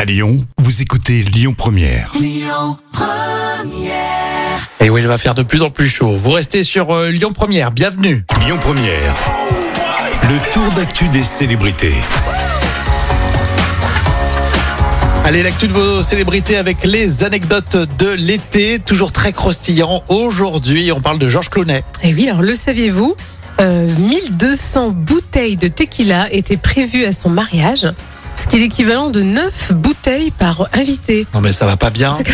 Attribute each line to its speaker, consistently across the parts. Speaker 1: À Lyon, vous écoutez Lyon Première.
Speaker 2: Et oui, il va faire de plus en plus chaud. Vous restez sur euh, Lyon Première. Bienvenue.
Speaker 1: Lyon Première. Le tour d'actu des célébrités.
Speaker 2: Allez, l'actu de vos célébrités avec les anecdotes de l'été, toujours très croustillant. Aujourd'hui, on parle de Georges Clooney.
Speaker 3: Et Eh oui, alors le saviez-vous Euh, 1200 bouteilles de tequila étaient prévues à son mariage, ce qui est l'équivalent de 9 bouteilles par invité.
Speaker 2: Non mais ça va pas bien.
Speaker 3: C'est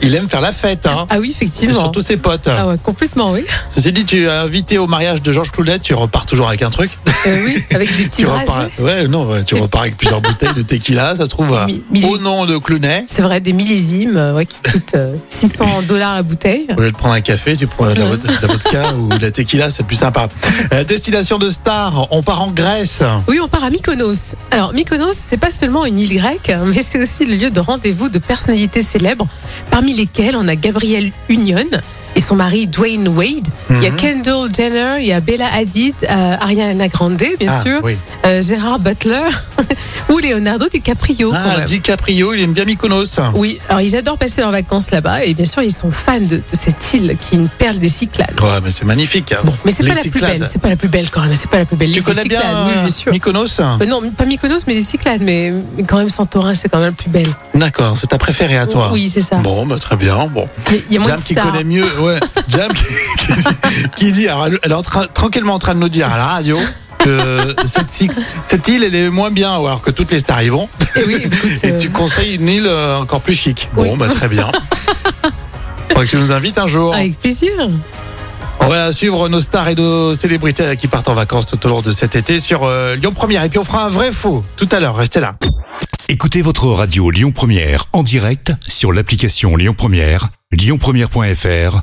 Speaker 2: il aime faire la fête, hein.
Speaker 3: Ah oui,
Speaker 2: Et
Speaker 3: effectivement.
Speaker 2: surtout ses potes.
Speaker 3: Ah ouais, complètement, oui.
Speaker 2: Ceci dit, tu es invité au mariage de Georges Clooney, tu repars toujours avec un truc.
Speaker 3: Euh, oui, avec des petits
Speaker 2: tu
Speaker 3: brasses.
Speaker 2: repars, ouais, non, ouais, tu repars avec plusieurs bouteilles de tequila, ça se trouve euh,
Speaker 3: Mi- millis-
Speaker 2: au nom de Clooney.
Speaker 3: C'est vrai, des millésimes euh, ouais, qui coûtent euh, 600 dollars la bouteille.
Speaker 2: Au lieu de prendre un café, tu prends de la,
Speaker 3: Ouais.
Speaker 2: vod- de la vodka ou de la tequila, c'est plus sympa. Euh, Destination de star, on part en Grèce.
Speaker 3: Oui, on part à Mykonos. Alors, Mykonos, c'est pas seulement une île grecque, hein, mais c'est aussi le lieu de rendez-vous de personnalités célèbres, parmi lesquelles on a Gabrielle Union et son mari Dwayne Wade. Il y a
Speaker 2: Mhm.
Speaker 3: Kendall Jenner, il y a Bella Hadid, euh, Ariana Grande, bien
Speaker 2: Ah,
Speaker 3: sûr,
Speaker 2: oui.
Speaker 3: euh, Gérard Butler ou Leonardo DiCaprio. quand
Speaker 2: Ah,
Speaker 3: même.
Speaker 2: DiCaprio, il aime bien Mykonos.
Speaker 3: Oui, alors ils adorent passer leurs vacances là-bas et bien sûr ils sont fans de, de cette île qui est une perle des Cyclades.
Speaker 2: Ouais, mais c'est magnifique. hein.
Speaker 3: Bon, mais c'est
Speaker 2: Les
Speaker 3: pas la plus
Speaker 2: Cyclades.
Speaker 3: belle, c'est pas la plus belle quand même, c'est pas la plus belle.
Speaker 2: Tu
Speaker 3: l'île des
Speaker 2: connais bien
Speaker 3: Cyclades, oui,
Speaker 2: euh,
Speaker 3: bien sûr.
Speaker 2: Mykonos
Speaker 3: Euh, non, pas Mykonos, mais les Cyclades. Mais mais quand même, Santorin, c'est quand même la plus belle.
Speaker 2: D'accord, c'est ta préférée à toi.
Speaker 3: Oui, c'est ça.
Speaker 2: Bon, bah, très bien. Bon.
Speaker 3: Mais Il y a moins
Speaker 2: Jam
Speaker 3: de
Speaker 2: qui
Speaker 3: stars.
Speaker 2: connaît mieux, ouais. Jam qui, qui dit- qui dit, alors elle, elle est en train- tranquillement en train de nous dire à la radio que cette, cy- cette île, elle est moins bien, ou alors que toutes les stars y vont.
Speaker 3: Et oui, écoute,
Speaker 2: Et
Speaker 3: euh,
Speaker 2: tu conseilles une île euh, encore plus chic. Bon,
Speaker 3: Oui.
Speaker 2: bah très bien. Faudrait que tu nous invites un jour.
Speaker 3: avec plaisir.
Speaker 2: On va suivre nos stars et nos célébrités euh, qui partent en vacances tout au long de cet été sur euh, Lyon Première. Et puis on fera un vrai faux tout à l'heure. Restez là.
Speaker 1: Écoutez votre radio Lyon Première en direct sur l'application Lyon Première, lyonpremière.fr